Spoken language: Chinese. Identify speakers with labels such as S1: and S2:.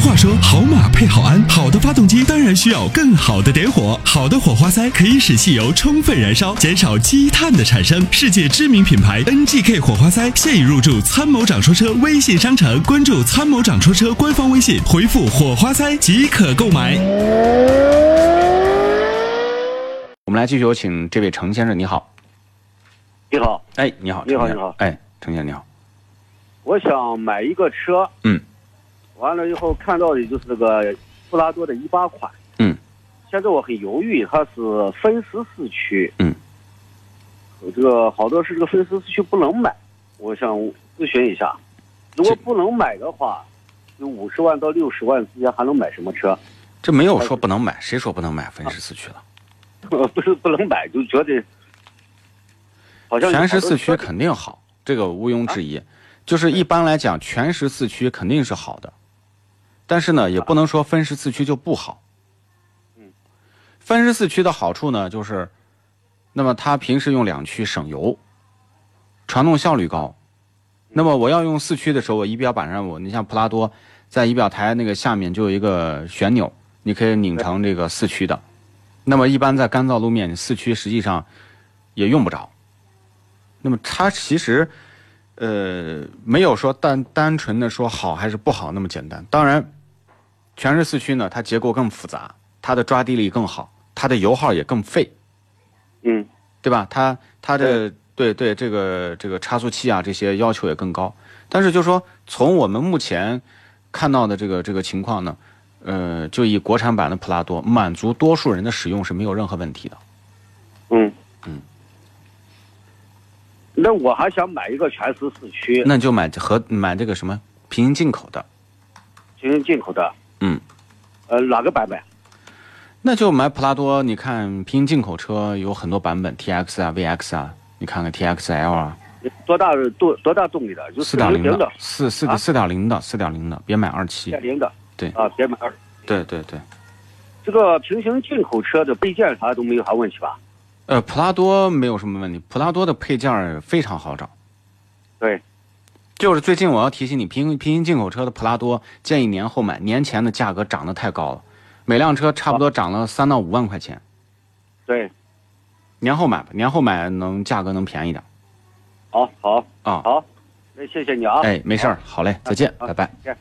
S1: 话说，好马配好鞍，好的发动机当然需要更好的点火。好的火花塞可以使汽油充分燃烧，减少积碳的产生。世界知名品牌 NGK 火花塞现已入驻参谋长说车微信商城，关注参谋长说车官方微信，回复火花塞即可购买。
S2: 我们来继续有请这位程先生，你好。
S3: 你好，
S2: 哎，你好，
S3: 你
S2: 程
S3: 好
S2: 先生
S3: 你好
S2: 哎，程先生你好，
S3: 我想买一个车，
S2: 嗯，
S3: 完了以后看到的就是这个布拉多的一八款，
S2: 嗯，
S3: 现在我很犹豫，它是分时四驱，
S2: 嗯，
S3: 这个好多是这个分时四驱不能买，我想咨询一下，如果
S2: 这
S3: 不能买的话，就五十万到六十万之间还能买什么车？
S2: 这没有
S3: 哎
S2: 说不能买，谁说不能买分时四驱了？
S3: 不是不能买，就觉得好像有
S2: 全
S3: 好
S2: 时
S3: 多啊
S2: 四驱
S3: 车
S2: 肯定好，这个毋庸置疑。就是一般来讲，全时四驱肯定是好的，但是呢，也不能说分时四驱就不好。
S3: 嗯，
S2: 分时四驱的好处呢，就是，那么它平时用两驱省油，传动效率
S3: 嗯
S2: 高。那么我要用四驱的时候，我仪表板上我，你像普拉多，在仪表台那个下面就有一个旋钮，你可以拧成这个四驱的。那么一般在干燥路面，你四驱实际上也用不着。那么它其实，呃，没有说单单纯的说好还是不好那么简单。当然，全时四驱呢，它结构更复杂，它的抓地力更好，它的油耗也更费，
S3: 嗯
S2: 对吧？它它的对对这个这个差速器啊这些要求也更高。但是就说从我们目前看到的这个这个情况呢，呃，就以国产版的普拉多满足多数人的使用是没有任何问题的。
S3: 嗯嗯，那我还想买一个全时四驱。
S2: 那你就买和买这个什么平行进口的。
S3: 进行进口的。
S2: 嗯，
S3: 呃，哪个版本？
S2: 那就买普拉多，你看平行进口车有很多版本，TX 啊、VX 啊，你看看 TXL 啊，
S3: 多大多多大动力的？就
S2: 四
S3: 零
S2: 点零
S3: 的
S2: 的、四四
S3: 啊
S2: 四点零的、四点零的，别买二
S3: 四
S2: 七
S3: 点。零的。
S2: 对
S3: 啊，别买二。
S2: 对对对，
S3: 这个平行进口车的配件啥都没有啥问题吧？
S2: 呃，普拉多没有什么问题，普拉多的配件儿非常好找。
S3: 对，
S2: 就是最近我要提醒你，平平行进口车的普拉多建议年后买，年前的价格涨得太高了，每辆车差不多涨
S3: 啊
S2: 了三到五万块钱，
S3: 对，
S2: 年后买吧，年后买能价格能便宜点
S3: 好，好，
S2: 啊。
S3: 好，那谢谢你啊。
S2: 哎，没事儿，好嘞，再见，
S3: 啊
S2: 拜拜。
S3: 再见